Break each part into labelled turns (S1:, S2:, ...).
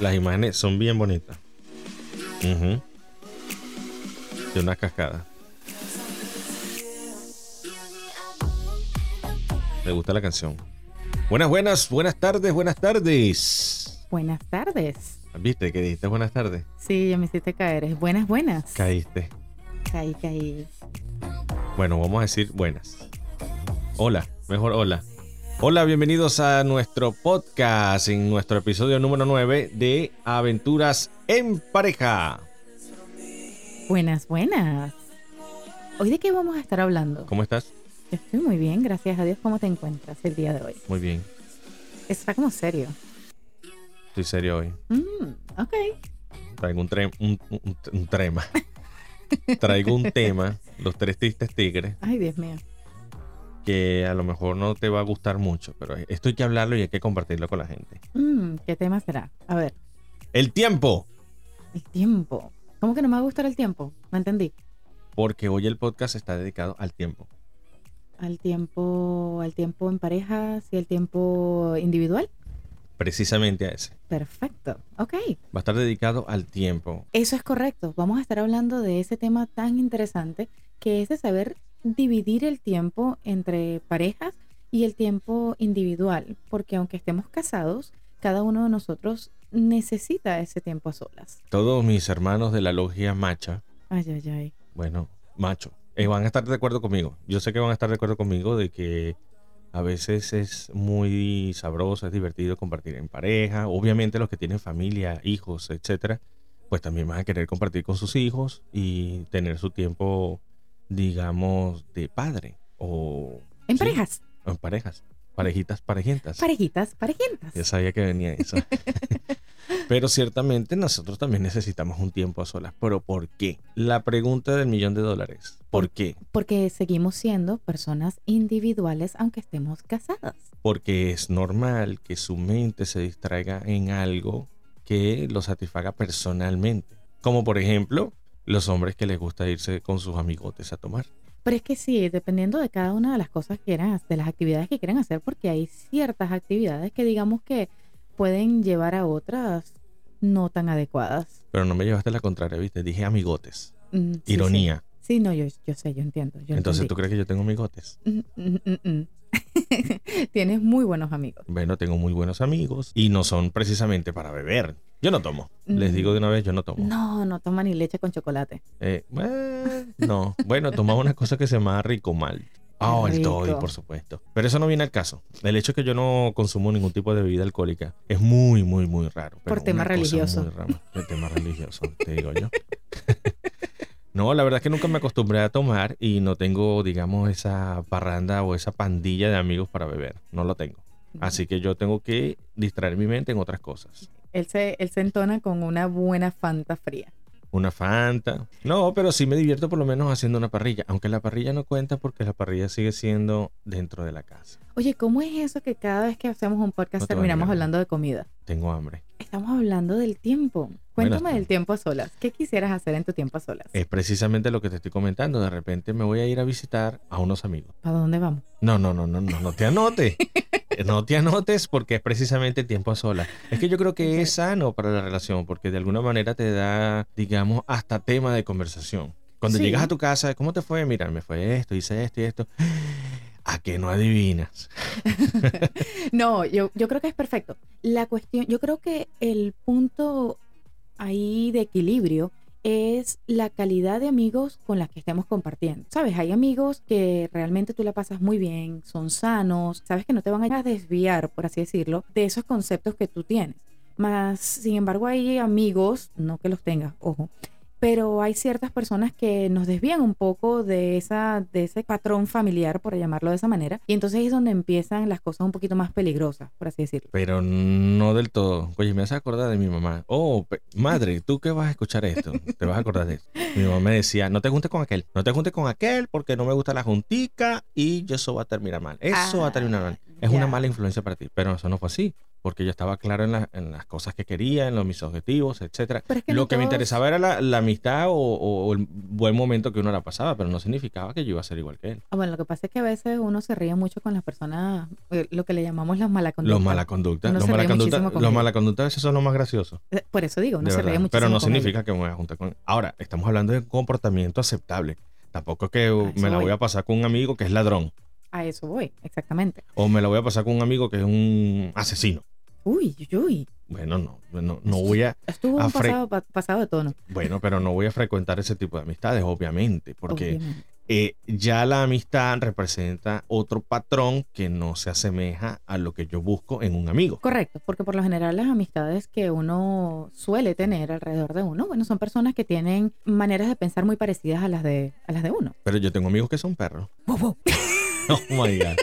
S1: Las imágenes son bien bonitas. Ujú. De una cascada. Me gusta la canción. Buenas, buenas, buenas tardes, buenas tardes.
S2: Buenas tardes.
S1: ¿Viste que dijiste buenas tardes?
S2: Sí, ya me hiciste caer. Es buenas, buenas.
S1: Caíste.
S2: Caí, caí.
S1: Bueno, vamos a decir buenas. Hola, mejor hola. Hola, bienvenidos a nuestro podcast en nuestro episodio número 9 de Aventuras en Pareja.
S2: Buenas, buenas. ¿Hoy de qué vamos a estar hablando?
S1: ¿Cómo estás?
S2: Yo estoy muy bien, gracias a Dios. ¿Cómo te encuentras el día de hoy?
S1: Muy bien.
S2: Está como serio.
S1: Estoy serio hoy.
S2: Mm, ok.
S1: Traigo un, tre- un, un- un trema. Traigo un tema, Los Tres Tristes Tigres,
S2: Ay, Dios mío.
S1: que a lo mejor no te va a gustar mucho, pero esto hay que hablarlo y hay que compartirlo con la gente.
S2: Mm, ¿Qué tema será? A ver,
S1: El tiempo,
S2: el tiempo. ¿Cómo que no me va a gustar el tiempo? No entendí.
S1: porque hoy el podcast está dedicado al tiempo.
S2: ¿Al tiempo, al tiempo en parejas y al tiempo individual?
S1: Precisamente a ese.
S2: Perfecto. Ok.
S1: Va a estar dedicado al tiempo.
S2: Eso es correcto. Vamos a estar hablando de ese tema tan interesante que es de saber dividir el tiempo entre parejas y el tiempo individual, porque aunque estemos casados, cada uno de nosotros necesita ese tiempo a solas.
S1: Todos mis hermanos de la logia macha,
S2: Ay, ay, ay.
S1: bueno, macho, eh, van a estar de acuerdo conmigo. Yo sé que van a estar de acuerdo conmigo de que a veces es muy sabroso, es divertido compartir en pareja. Obviamente los que tienen familia, hijos, etcétera, pues también van a querer compartir con sus hijos y tener su tiempo, digamos, de padre o
S2: En
S1: Sí.
S2: parejas,
S1: o en parejas, parejitas, parejientas.
S2: parejitas, parejientas.
S1: Ya sabía que venía eso. Pero ciertamente nosotros también necesitamos un tiempo a solas. Pero ¿por qué? La pregunta del millón de dólares. ¿Por qué?
S2: Porque seguimos siendo personas individuales aunque estemos casadas.
S1: Porque es normal que su mente se distraiga en algo que lo satisfaga personalmente. Como por ejemplo, los hombres que les gusta irse con sus amigotes a tomar.
S2: Pero es que sí, dependiendo de cada una de las cosas que quieran, hacer, de las actividades que quieran hacer, porque hay ciertas actividades que digamos que pueden llevar a otras no tan adecuadas.
S1: Pero no me llevaste la contraria, ¿viste? Dije amigotes.
S2: Mm, sí,
S1: Ironía.
S2: Sí, Sí, no, yo, yo sé, yo entiendo. yo
S1: Entonces, ¿tú
S2: entendí.
S1: crees que yo tengo amigotes?
S2: Mm, mm, mm, mm. Tienes muy buenos amigos.
S1: Bueno, tengo muy buenos amigos y no son precisamente para beber. Yo no tomo. Les
S2: Mm.
S1: digo de una vez, yo no tomo.
S2: No, no toma ni leche con chocolate.
S1: Eh, bueno, no. Bueno, tomaba una cosa que se llama rico mal. Ah,
S2: Qué
S1: el toddy,
S2: rico.
S1: por supuesto. Pero eso no viene al caso. El hecho de que yo no consumo ningún tipo de bebida alcohólica es muy, muy, muy raro. pero
S2: Por tema
S1: una cosa
S2: religioso.
S1: muy rara. Por tema religioso, te digo yo. No, la verdad es que nunca me acostumbré a tomar y no tengo, digamos, esa parranda o esa pandilla de amigos para beber. No lo tengo.
S2: Mm,
S1: Así que yo tengo que distraer mi mente en otras cosas.
S2: Él se, él se entona con una buena fanta fría.
S1: Una Fanta. No, pero sí me divierto por lo menos haciendo una parrilla. Aunque la parrilla no cuenta porque la parrilla sigue siendo dentro de la casa.
S2: Oye, ¿cómo es eso que cada vez que hacemos un podcast
S1: No te
S2: terminamos
S1: bañes.
S2: hablando de comida?
S1: Tengo hambre.
S2: Estamos hablando del tiempo. Cuéntame
S1: está-
S2: del tiempo a solas. ¿Qué quisieras hacer en tu tiempo a solas?
S1: Es precisamente lo que te estoy comentando. De repente me voy a ir a visitar a unos amigos.
S2: ¿Para dónde vamos?
S1: No, no, no, no, no, no te anotes. No te anotes porque es precisamente tiempo a solas. Es que yo creo que es sano para la relación porque de alguna manera te da, digamos, hasta tema de conversación. Cuando
S2: Sí.
S1: llegas a tu casa, ¿cómo te fue? Mira, me fue esto, hice esto y esto. ¿A que no adivinas?
S2: No, yo, yo creo que es perfecto. La cuestión, yo creo que el punto ahí de equilibrio es la calidad de amigos con las que estemos compartiendo. Sabes, hay amigos que realmente tú la pasas muy bien, son sanos, sabes que no te van a desviar, por así decirlo, de esos conceptos que tú tienes. Más, sin embargo, hay amigos, no que los tengas, ojo, pero hay ciertas personas que nos desvían un poco de, esa, de ese patrón familiar, por llamarlo de esa manera, y entonces es donde empiezan las cosas un poquito más peligrosas, por así decirlo.
S1: Pero no del todo. Oye, me hace acordar de mi mamá. Oh, pe- madre, ¿tú qué vas a escuchar esto? Te vas a acordar de esto. Mi mamá me decía, no te juntes con aquel. No te juntes con aquel porque no me gusta la juntica y yo eso va a terminar mal. Eso va a terminar mal.
S2: Ah,
S1: Es una
S2: ya.
S1: mala influencia para ti. Pero eso no fue así. porque yo estaba claro en, la- en las cosas que quería, en los, mis objetivos, etcétera.
S2: Pero es que
S1: lo
S2: no
S1: que me
S2: todos-
S1: interesaba era la, la amistad o, o- o el buen momento que uno la pasaba, pero no significaba que yo iba a ser igual que él.
S2: Ah, Bueno, lo que pasa es que a veces uno se ríe mucho con las personas, eh, lo que le llamamos las malaconductas.
S1: Los mala conducta,
S2: Uno
S1: los
S2: se
S1: mala
S2: ríe
S1: conducta,
S2: muchísimo con
S1: los
S2: él.
S1: mala conducta a veces son los más graciosos.
S2: Eh, Por eso digo, uno
S1: De
S2: se ríe
S1: verdad,
S2: muchísimo.
S1: Pero no
S2: con él.
S1: significa que me voy a juntar con él. Ahora, estamos hablando de comportamiento aceptable. Tampoco es que uh,
S2: Ah, eso
S1: me la
S2: voy.
S1: voy a pasar con un amigo que es ladrón.
S2: A eso voy, exactamente.
S1: O me la voy a pasar con un amigo que es un asesino.
S2: Uy, uy, uy.
S1: Bueno, no, no, no voy a.
S2: Estuvo
S1: A
S2: un
S1: Fre-
S2: pasado, pa- pasado de tono.
S1: Bueno, pero no voy a frecuentar ese tipo de amistades, obviamente. Porque
S2: obviamente.
S1: eh, ya la amistad representa otro patrón que no se asemeja a lo que yo busco en un amigo.
S2: Correcto, porque por lo general las amistades que uno suele tener alrededor de uno, bueno, son personas que tienen maneras de pensar muy parecidas a las de, a las de uno.
S1: Pero yo tengo amigos que son perros.
S2: Wow, wow.
S1: Oh my God.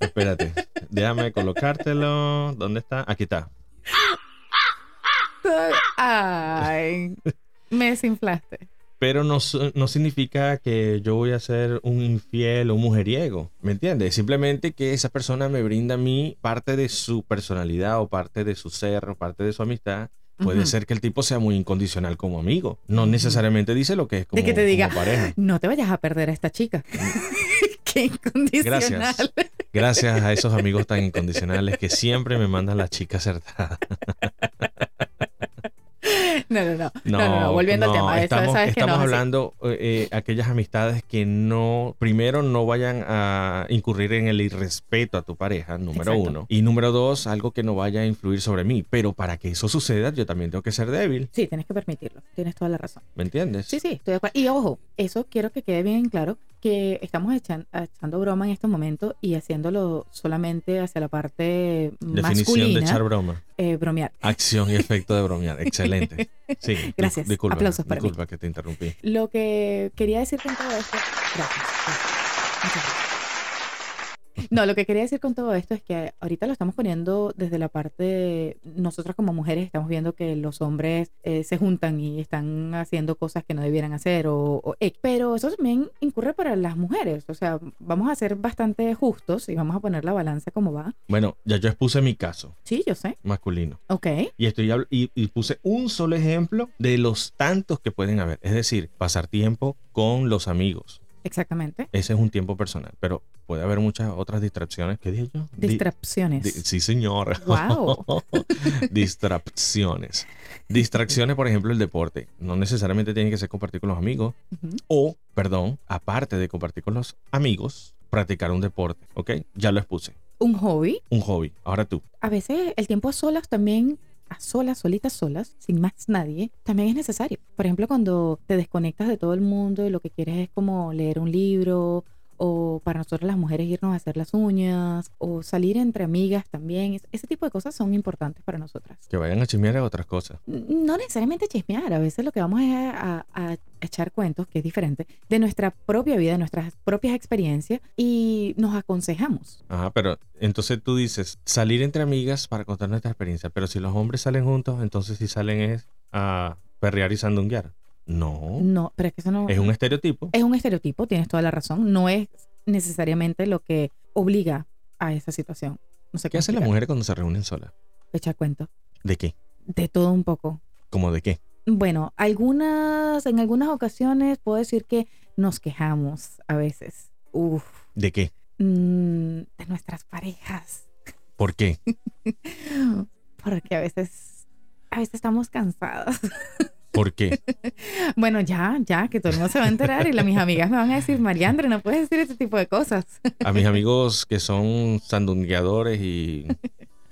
S1: Espérate. Déjame colocártelo. ¿Dónde está? Aquí está.
S2: Ay, me desinflaste.
S1: Pero no, su- no significa que yo voy a ser un infiel o un mujeriego, ¿me entiendes? Simplemente que esa persona me brinda a mí parte de su personalidad o parte de su ser o parte de su amistad. Puede
S2: Ujú.
S1: ser que el tipo sea muy incondicional como amigo. No
S2: Ujú.
S1: necesariamente dice lo que es como,
S2: que te
S1: como
S2: diga,
S1: pareja.
S2: No te vayas a perder a esta chica. Qué incondicional.
S1: Gracias. Gracias a esos amigos tan incondicionales que siempre me mandan la chica acertada.
S2: No, no, no. No, no, no, Volviendo
S1: no,
S2: al tema. Eso,
S1: Estamos,
S2: sabes que no
S1: estamos
S2: es así.
S1: hablando eh, eh, aquellas amistades que no, primero, no vayan a incurrir en el irrespeto a tu pareja, número
S2: Exacto.
S1: uno. Y número dos, algo que no vaya a influir sobre mí. Pero para que eso suceda, yo también tengo que ser débil,
S2: Sí, tienes que permitirlo. Tienes toda la razón.
S1: ¿me entiendes?
S2: Sí, sí, estoy de acuerdo. Y ojo, eso quiero que quede bien claro, que estamos echan- echando broma en este momento y haciéndolo solamente hacia la parte
S1: Definición
S2: masculina,
S1: de echar broma.
S2: eh, bromear.
S1: Acción y efecto de bromear. Excelente. Sí. dis-
S2: Gracias.
S1: disculpa,
S2: Aplausos para mí.
S1: disculpa que te interrumpí.
S2: Lo que quería decir con todo esto... Gracias. gracias, muchas gracias. No, lo que quería decir con todo esto es que ahorita lo estamos poniendo desde la parte, nosotras como mujeres estamos viendo que los hombres eh, se juntan y están haciendo cosas que no debieran hacer, o, o X. pero eso también incurre para las mujeres, o sea, vamos a ser bastante justos y vamos a poner la balanza como va.
S1: Bueno, ya yo expuse mi caso
S2: Sí, yo sé,
S1: masculino.
S2: ok,
S1: Y, estoy, habl- y, y puse un solo ejemplo de los tantos que pueden haber. Es decir, pasar tiempo con los amigos.
S2: exactamente.
S1: Ese es un tiempo personal, pero puede haber muchas otras distracciones. ¿Qué dije yo? Di-
S2: Distracciones.
S1: di- sí, señor.
S2: Guau.
S1: distracciones. Distracciones, por ejemplo, el deporte. No necesariamente tiene que ser compartir con los amigos
S2: Ujú.
S1: o, perdón, aparte de compartir con los amigos, practicar un deporte. ¿Ok? Ya lo expuse.
S2: Un hobby,
S1: Un hobby. Ahora tú.
S2: a veces el tiempo a solas también, a solas, solitas, solas, sin más nadie, también es necesario. Por ejemplo, cuando te desconectas de todo el mundo y lo que quieres es como leer un libro o para nosotros las mujeres irnos a hacer las uñas o salir entre amigas también. Es- Ese tipo de cosas son importantes para nosotras.
S1: Que vayan a chismear a otras cosas.
S2: N- No necesariamente chismear, a veces lo que vamos es a, a- a echar cuentos, que es diferente, de nuestra propia vida, de nuestras propias experiencias y nos aconsejamos.
S1: Ajá, pero entonces tú dices salir entre amigas para contar nuestra experiencia, pero si los hombres salen juntos, entonces si salen es a perrear y sandunguear. No,
S2: No, pero es que eso no...
S1: es un estereotipo.
S2: Es un estereotipo, tienes toda la razón. No es necesariamente lo que obliga a esa situación. No sé
S1: ¿Qué hacen las
S2: explicar.
S1: mujeres cuando se reúnen solas?
S2: Echar cuento.
S1: ¿De qué?
S2: De todo un poco.
S1: ¿Cómo de qué?
S2: Bueno, algunas, en algunas ocasiones puedo decir que nos quejamos a veces. Uf.
S1: ¿De qué?
S2: mm, de nuestras parejas.
S1: ¿Por qué?
S2: Porque a veces, a veces estamos cansadas.
S1: ¿Por qué?
S2: Bueno, ya, ya, que todo el mundo se va a enterar y la- mis amigas me van a decir, Mariandre, no puedes decir este tipo de cosas.
S1: A mis amigos que son sandungueadores y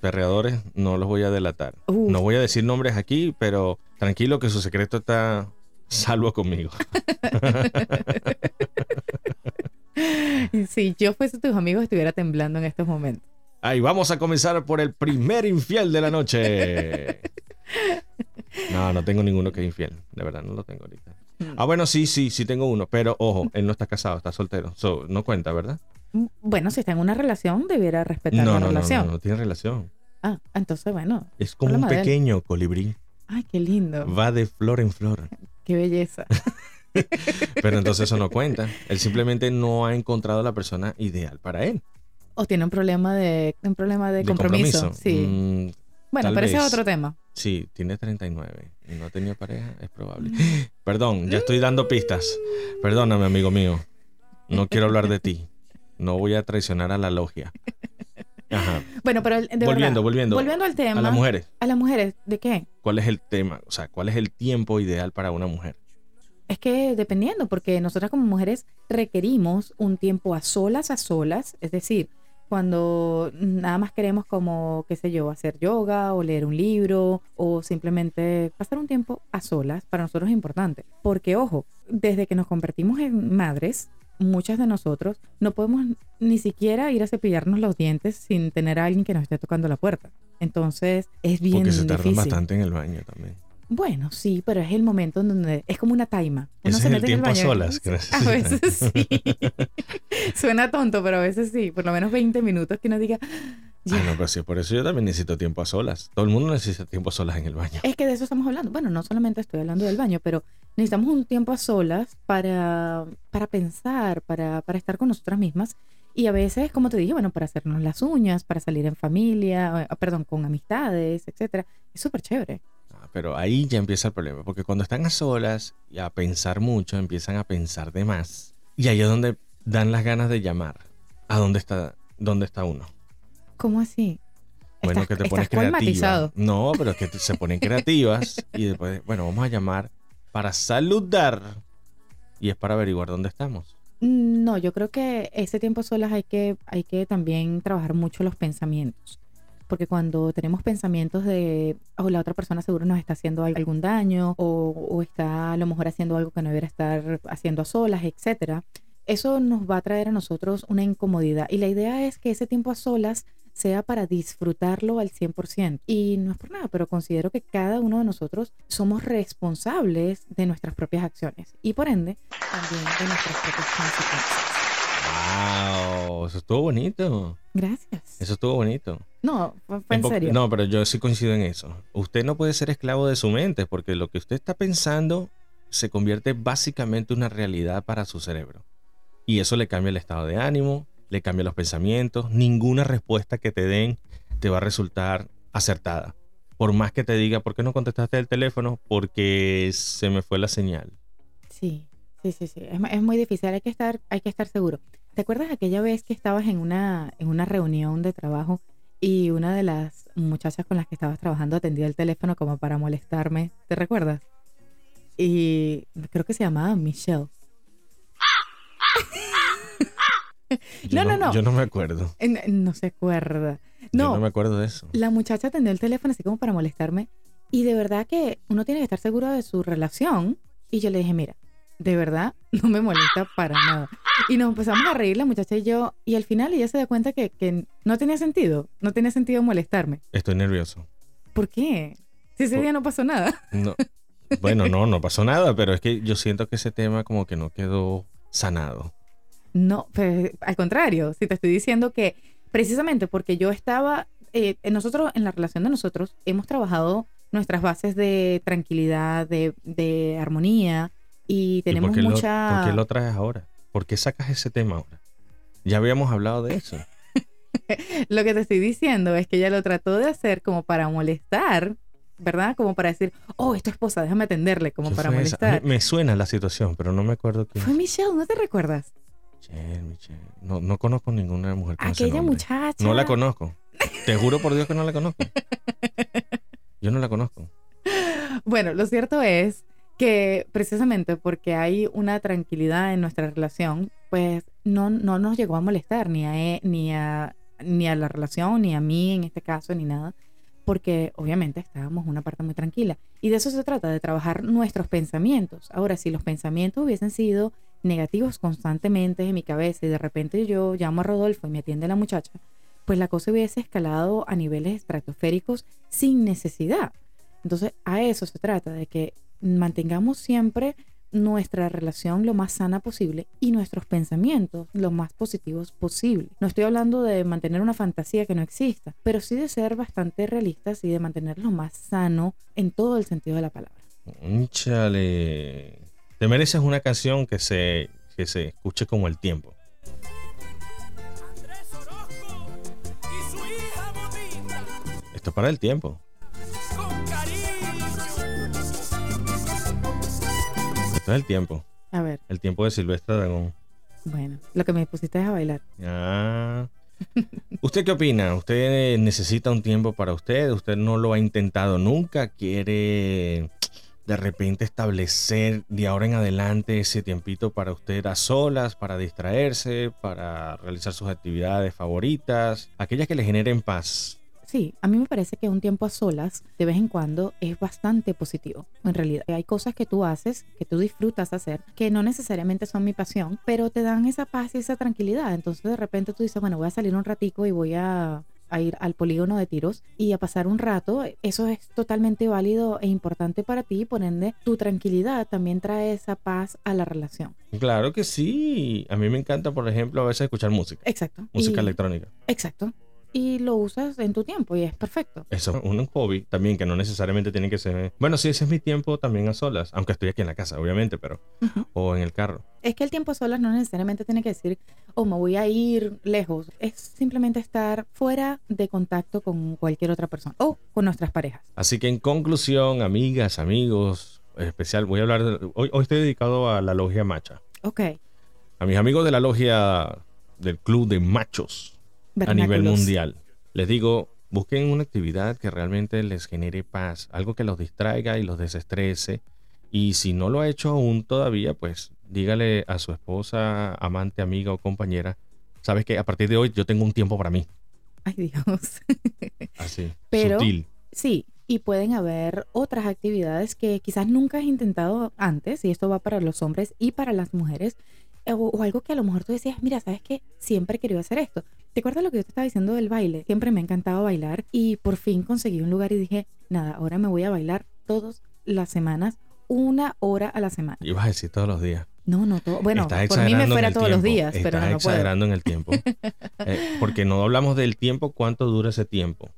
S1: perreadores, no los voy a delatar.
S2: Uf.
S1: No voy a decir nombres aquí, pero tranquilo que su secreto está salvo conmigo.
S2: Si yo fuese tus amigos, estuviera temblando en estos momentos.
S1: Ahí vamos a comenzar por el primer infiel de la noche. No, no tengo ninguno que es infiel. De verdad, no lo tengo ahorita.
S2: Mm.
S1: Ah, bueno, sí, sí, sí tengo uno. Pero ojo, él no está casado, está soltero. So, no cuenta, ¿verdad?
S2: Bueno, si está en una relación, debiera
S1: No,
S2: respetar
S1: no,
S2: la
S1: no,
S2: relación.
S1: no, no tiene relación.
S2: Ah, entonces, bueno.
S1: Es como un
S2: Problema de él.
S1: pequeño colibrí.
S2: Ay, qué lindo.
S1: Va de flor en flor.
S2: Qué belleza.
S1: Pero entonces eso no cuenta. Él simplemente no ha encontrado la persona ideal para él.
S2: O tiene un problema de, un problema de, compromiso. Sí.
S1: Mm,
S2: Bueno,
S1: Tal
S2: pero ese es
S1: vez.
S2: otro tema.
S1: Sí, tiene 39 y no ha tenido pareja, es probable. Perdón, ya estoy dando pistas. Perdóname, amigo mío. No quiero hablar de ti. No voy a traicionar a la logia. Ajá.
S2: Bueno, pero el- de
S1: Volviendo,
S2: verdad,
S1: volviendo.
S2: volviendo al tema.
S1: a las mujeres.
S2: ¿A las mujeres? ¿De qué?
S1: ¿Cuál es el tema? O sea, ¿cuál es el tiempo ideal para una mujer?
S2: Es que dependiendo, porque nosotras como mujeres requerimos un tiempo a solas, a solas, es decir, cuando nada más queremos como, qué sé yo, hacer yoga o leer un libro o simplemente pasar un tiempo a solas, para nosotros es importante. Porque, ojo, desde que nos convertimos en madres, muchas de nosotros no podemos ni siquiera ir a cepillarnos los dientes sin tener a alguien que nos esté tocando la puerta. Entonces, es bien
S1: Porque se tardan
S2: difícil.
S1: bastante en el baño también.
S2: Bueno, sí, pero es el momento en donde es como una taima. Uno
S1: Ese
S2: se
S1: es el
S2: mete en
S1: tiempo a
S2: baño.
S1: solas que
S2: A veces
S1: necesitan.
S2: sí. Suena tonto, pero a veces sí. Por lo menos 20 minutos que uno diga. ya.
S1: Ah, no, pero sí, por eso yo también necesito tiempo a solas. Todo el mundo necesita tiempo a solas en el baño.
S2: Es que de eso estamos hablando. Bueno, no solamente estoy hablando del baño, pero necesitamos un tiempo a solas para, para pensar, para, para estar con nosotras mismas. Y a veces, como te dije, bueno, para hacernos las uñas, para salir en familia, eh, perdón, con amistades, etcétera. Es súper chévere.
S1: Ah, Pero ahí ya empieza el problema, porque cuando están a solas y a pensar mucho, empiezan a pensar de más. Y ahí es donde dan las ganas de llamar. ¿A dónde está, dónde está uno?
S2: ¿Cómo así?
S1: Bueno, que
S2: Estás-
S1: te pones
S2: estás colmatizado.
S1: creativa. No, pero es que se ponen creativas y después, bueno, vamos a llamar para saludar. Y es para averiguar dónde estamos.
S2: Mm, No, yo creo que ese tiempo solas hay que, hay que también trabajar mucho los pensamientos. Porque cuando tenemos pensamientos de, o la otra persona seguro nos está haciendo al- algún daño, o, o está a lo mejor haciendo algo que no debiera estar haciendo a solas, etcétera, eso nos va a traer a nosotros una incomodidad. Y la idea es que ese tiempo a solas sea para disfrutarlo al 100%. Y no es por nada, pero considero que cada uno de nosotros somos responsables de nuestras propias acciones y por ende también de nuestras propias consecuencias.
S1: ¡Wow! Eso estuvo bonito.
S2: Gracias.
S1: Eso estuvo bonito.
S2: No, fue, fue en
S1: po-
S2: serio.
S1: No, pero yo sí coincido en eso. Usted no puede ser esclavo de su mente, porque lo que usted está pensando se convierte básicamente en una realidad para su cerebro. Y eso le cambia el estado de ánimo, le cambia los pensamientos. Ninguna respuesta que te den te va a resultar acertada. Por más que te diga, ¿por qué no contestaste el teléfono? Porque se me fue la señal.
S2: Sí, sí, sí, sí. Es, ma- es muy difícil, hay que estar, hay que estar seguro. ¿Te acuerdas aquella vez que estabas en una, en una reunión de trabajo y una de las muchachas con las que estabas trabajando atendía el teléfono como para molestarme? ¿Te recuerdas? Y creo que se llamaba Michelle.
S1: Yo
S2: No, no, no.
S1: Yo no me acuerdo.
S2: Eh, n- No se acuerda.
S1: No,
S2: No,
S1: yo no me acuerdo de eso.
S2: la muchacha atendió el teléfono así como para molestarme. Y de verdad que uno tiene que estar seguro de su relación. Y yo le dije, mira, de verdad no me molesta para nada. Y nos empezamos a reír la muchacha y yo. Y al final ella se da cuenta que, que no tenía sentido. No tenía sentido molestarme.
S1: Estoy nervioso.
S2: ¿Por qué? Si ese
S1: Por-
S2: día no pasó nada.
S1: No. Bueno, no, no pasó nada, pero es que yo siento que ese tema como que no quedó sanado.
S2: No, pues, al contrario. Si te estoy diciendo que precisamente porque yo estaba... eh, nosotros, en la relación de nosotros, hemos trabajado nuestras bases de tranquilidad, de, de armonía. Y
S1: ¿Y
S2: tenemos
S1: por qué
S2: mucha...
S1: Lo, ¿Por qué lo traes ahora? ¿Por qué sacas ese tema ahora? Ya habíamos hablado de eso.
S2: Lo que te estoy diciendo es que ella lo trató de hacer como para molestar, ¿verdad? Como para decir, oh, es tu esposa, déjame atenderle, como
S1: ¿Qué
S2: para
S1: fue esa? A mí
S2: molestar.
S1: Me, suena la situación, pero no me acuerdo quién.
S2: Fue Michelle, ¿no te recuerdas?
S1: Michelle, Michelle. No, no conozco ninguna mujer con ese
S2: Aquella
S1: nombre.
S2: muchacha.
S1: No la conozco. Te juro por Dios que no la conozco. Yo no la conozco.
S2: Bueno, lo cierto es que precisamente porque hay una tranquilidad en nuestra relación, pues no, no nos llegó a molestar ni a, e- ni, a, ni a la relación, ni a mí en este caso, ni nada, porque obviamente estábamos en una parte muy tranquila. Y de eso se trata, de trabajar nuestros pensamientos. Ahora, si los pensamientos hubiesen sido negativos constantemente en mi cabeza y de repente yo llamo a Rodolfo y me atiende la muchacha, pues la cosa hubiese escalado a niveles estratosféricos sin necesidad. Entonces, a eso se trata, de que mantengamos siempre nuestra relación lo más sana posible y nuestros pensamientos lo más positivos posible. No estoy hablando de mantener una fantasía que no exista, pero sí de ser bastante realistas y de mantener lo más sano en todo el sentido de la palabra.
S1: Mm, Chale. Te mereces una canción que se, que se escuche como el tiempo. Esto es para el tiempo. Esto es el tiempo.
S2: A ver,
S1: El tiempo de Silvestre Dagón.
S2: bueno, lo que me pusiste es a bailar.
S1: Ah. ¿Usted qué opina? ¿Usted necesita un tiempo para usted? ¿Usted no lo ha intentado nunca? ¿Quiere de repente establecer de ahora en adelante ese tiempito para usted a solas, para distraerse, para realizar sus actividades favoritas, aquellas que le generen paz?
S2: Sí, a mí me parece que un tiempo a solas, de vez en cuando, es bastante positivo. En realidad, hay cosas que tú haces, que tú disfrutas hacer, que no necesariamente son mi pasión, pero te dan esa paz y esa tranquilidad. Entonces, de repente tú dices, bueno, voy a salir un ratico y voy a, a ir al polígono de tiros y a pasar un rato. Eso es totalmente válido e importante para ti. Por ende, tu tranquilidad también trae esa paz a la relación.
S1: Claro que sí. A mí me encanta, por ejemplo, a veces escuchar música,
S2: Exacto.
S1: música
S2: Y-
S1: electrónica.
S2: Exacto. Y lo usas en tu tiempo y es perfecto.
S1: Eso es un hobby también que no necesariamente tiene que ser. Bueno, sí, ese es mi tiempo también a solas, aunque estoy aquí en la casa, obviamente, pero.
S2: Ujú.
S1: O en el carro.
S2: Es que el tiempo a solas no necesariamente tiene que decir, oh, me voy a ir lejos. Es simplemente estar fuera de contacto con cualquier otra persona o con nuestras parejas.
S1: Así que en conclusión, amigas, amigos, en especial, voy a hablar. de- hoy, hoy estoy dedicado a la logia macha.
S2: Ok.
S1: A mis amigos de la logia del club de machos a nivel
S2: vernáculos.
S1: mundial. Les digo, busquen una actividad que realmente les genere paz, algo que los distraiga y los desestrese. Y si no lo ha hecho aún todavía, pues dígale a su esposa, amante, amiga o compañera, sabes que a partir de hoy yo tengo un tiempo para mí.
S2: Ay, Dios.
S1: Así,
S2: Pero-
S1: sutil.
S2: sí, y pueden haber otras actividades que quizás nunca has intentado antes, y esto va para los hombres y para las mujeres, eh, o, o algo que a lo mejor tú decías, mira, ¿sabes qué? Siempre he querido hacer esto. ¿Te acuerdas lo que yo te estaba diciendo del baile? Siempre me ha encantado bailar y por fin conseguí un lugar y dije, nada, ahora me voy a bailar todas las semanas, una hora a la semana.
S1: Y vas a decir todos los días.
S2: No, no, todo. Bueno,
S1: Estás
S2: por mí me
S1: exagerando en
S2: fuera
S1: el
S2: todos los
S1: tiempo,
S2: días, pero
S1: estás
S2: no, no puedo.
S1: exagerando en el tiempo. Eh, porque no hablamos del tiempo, cuánto dura ese tiempo.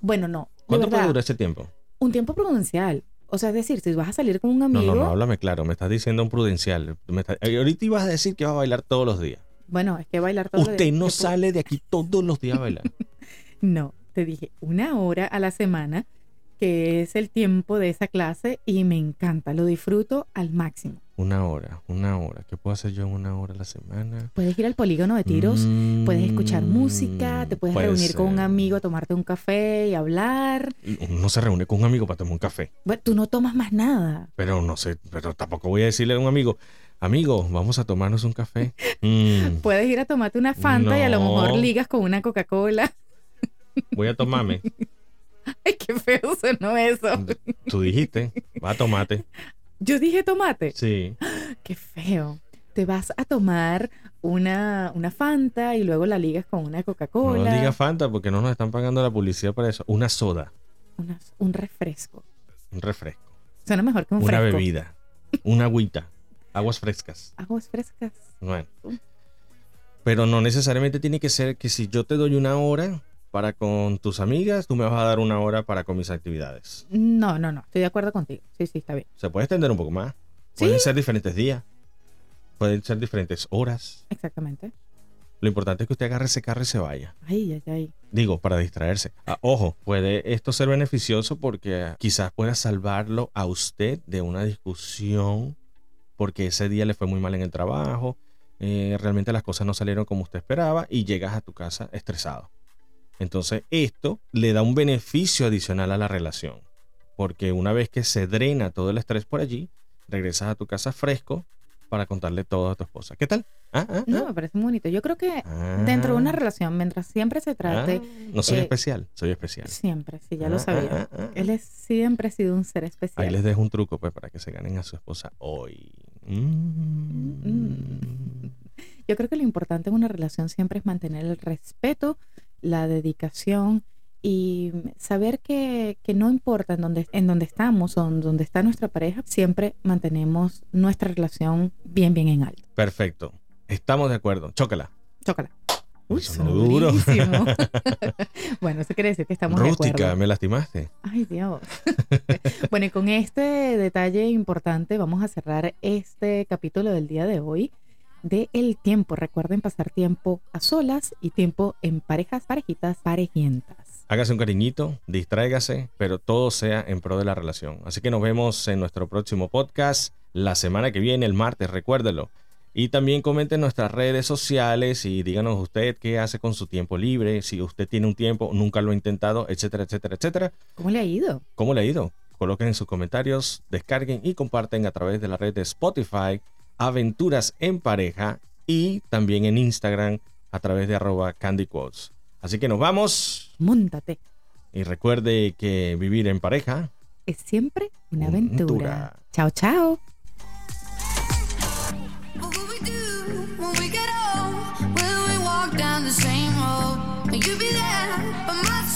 S2: Bueno, no. De
S1: ¿Cuánto puede
S2: verdad,
S1: durar ese tiempo?
S2: un tiempo prudencial. O sea, es decir, si vas a salir con un
S1: No,
S2: amigo,
S1: no, no, háblame claro, me estás diciendo un prudencial. Me estás- eh, ahorita ibas a decir que vas a bailar todos los días.
S2: bueno, es que bailar todo
S1: Usted no sale de aquí todos los días a bailar.
S2: No, te dije una hora a la semana, que es el tiempo de esa clase y me encanta, lo disfruto al máximo.
S1: Una hora, una hora. ¿Qué puedo hacer yo en una hora a la semana?
S2: Puedes ir al polígono de tiros, puedes escuchar
S1: Mm,
S2: música, te puedes
S1: puede
S2: reunir con un
S1: ser.
S2: amigo, tomarte un café y hablar.
S1: Uno no se reúne con un amigo para tomar un café.
S2: Bueno, tú no tomas más nada.
S1: Pero no sé, pero tampoco voy a decirle a un amigo, amigo, vamos a tomarnos un café. Mm,
S2: Puedes ir a tomarte una Fanta y a lo mejor
S1: No.
S2: ligas con una Coca-Cola.
S1: voy a tomarme.
S2: Ay, qué feo sonó eso.
S1: Tú dijiste, va a tomate.
S2: Yo dije tomate.
S1: Sí.
S2: Qué feo. Te vas a tomar una, una Fanta y luego la ligas con una
S1: No
S2: Coca-Cola.
S1: diga Fanta porque no nos están pagando la publicidad para eso. Una soda,
S2: una- un refresco.
S1: un refresco,
S2: Suena mejor que un
S1: una
S2: fresco.
S1: bebida, una agüita, aguas frescas.
S2: Aguas frescas.
S1: Bueno. Pero no necesariamente tiene que ser que si yo te doy una hora para con tus amigas, tú me vas a dar una hora para con mis actividades.
S2: No, no, no. Estoy de acuerdo contigo. Sí, sí, está bien.
S1: Se puede extender un poco más.
S2: Sí.
S1: Pueden ser diferentes días. Pueden ser diferentes horas.
S2: Exactamente.
S1: Lo importante es que usted agarre ese carro y se vaya.
S2: Ay, ay, ay.
S1: Digo, para distraerse. Ah, ojo, puede esto ser beneficioso porque quizás pueda salvarlo a usted de una discusión porque ese día le fue muy mal en el trabajo, eh, realmente las cosas no salieron como usted esperaba y llegas a tu casa estresado. Entonces esto le da un beneficio adicional a la relación porque una vez que se drena todo el estrés por allí, regresas a tu casa fresco para contarle todo a tu esposa. ¿Qué tal? Ah, ah,
S2: No,
S1: ah.
S2: me parece muy bonito. Yo creo que dentro de una
S1: Ah,
S2: relación, mientras siempre se trate,
S1: ah, no soy
S2: eh,
S1: especial, soy especial.
S2: siempre, sí, ya lo
S1: Ah,
S2: sabía.
S1: ah, ah, ah.
S2: Él es- siempre ha sido un ser especial.
S1: Ahí les dejo un truco pues para que se ganen a su esposa hoy. Mm.
S2: Yo creo que lo importante en una relación siempre es mantener el respeto, la dedicación y saber que, que no importa en dónde, en dónde estamos o en dónde está nuestra pareja, siempre mantenemos nuestra relación bien, bien en alto.
S1: Perfecto. Estamos de acuerdo. Chócala.
S2: Chócala.
S1: Uy,
S2: Uy,
S1: sonó
S2: sonó
S1: duro.
S2: durísimo. bueno, eso quiere decir que estamos de
S1: Rústica,
S2: acuerdo.
S1: me lastimaste.
S2: Ay, Dios. bueno, y con este detalle importante vamos a cerrar este capítulo del día de hoy de el tiempo. Recuerden pasar tiempo a solas y tiempo en parejas, parejitas, parejientas.
S1: Hágase un cariñito, distráigase, pero todo sea en pro de la relación. Así que nos vemos en nuestro próximo podcast la semana que viene, el martes, recuérdelo. Y también comenten nuestras redes sociales y díganos usted qué hace con su tiempo libre, si usted tiene un tiempo, nunca lo ha intentado, etcétera, etcétera, etcétera.
S2: ¿Cómo le ha ido?
S1: ¿Cómo le ha ido? Coloquen en sus comentarios, descarguen y comparten a través de la red de Spotify, Aventuras en Pareja y también en Instagram a través de arroba Candy Quotes. Así que nos vamos
S2: Móntate.
S1: y recuerde que vivir en pareja
S2: Es siempre
S1: Una
S2: una aventura.
S1: aventura.
S2: Chao, chao.
S3: What will we do when we get old? Will we walk down the same road? Will you be there by my side?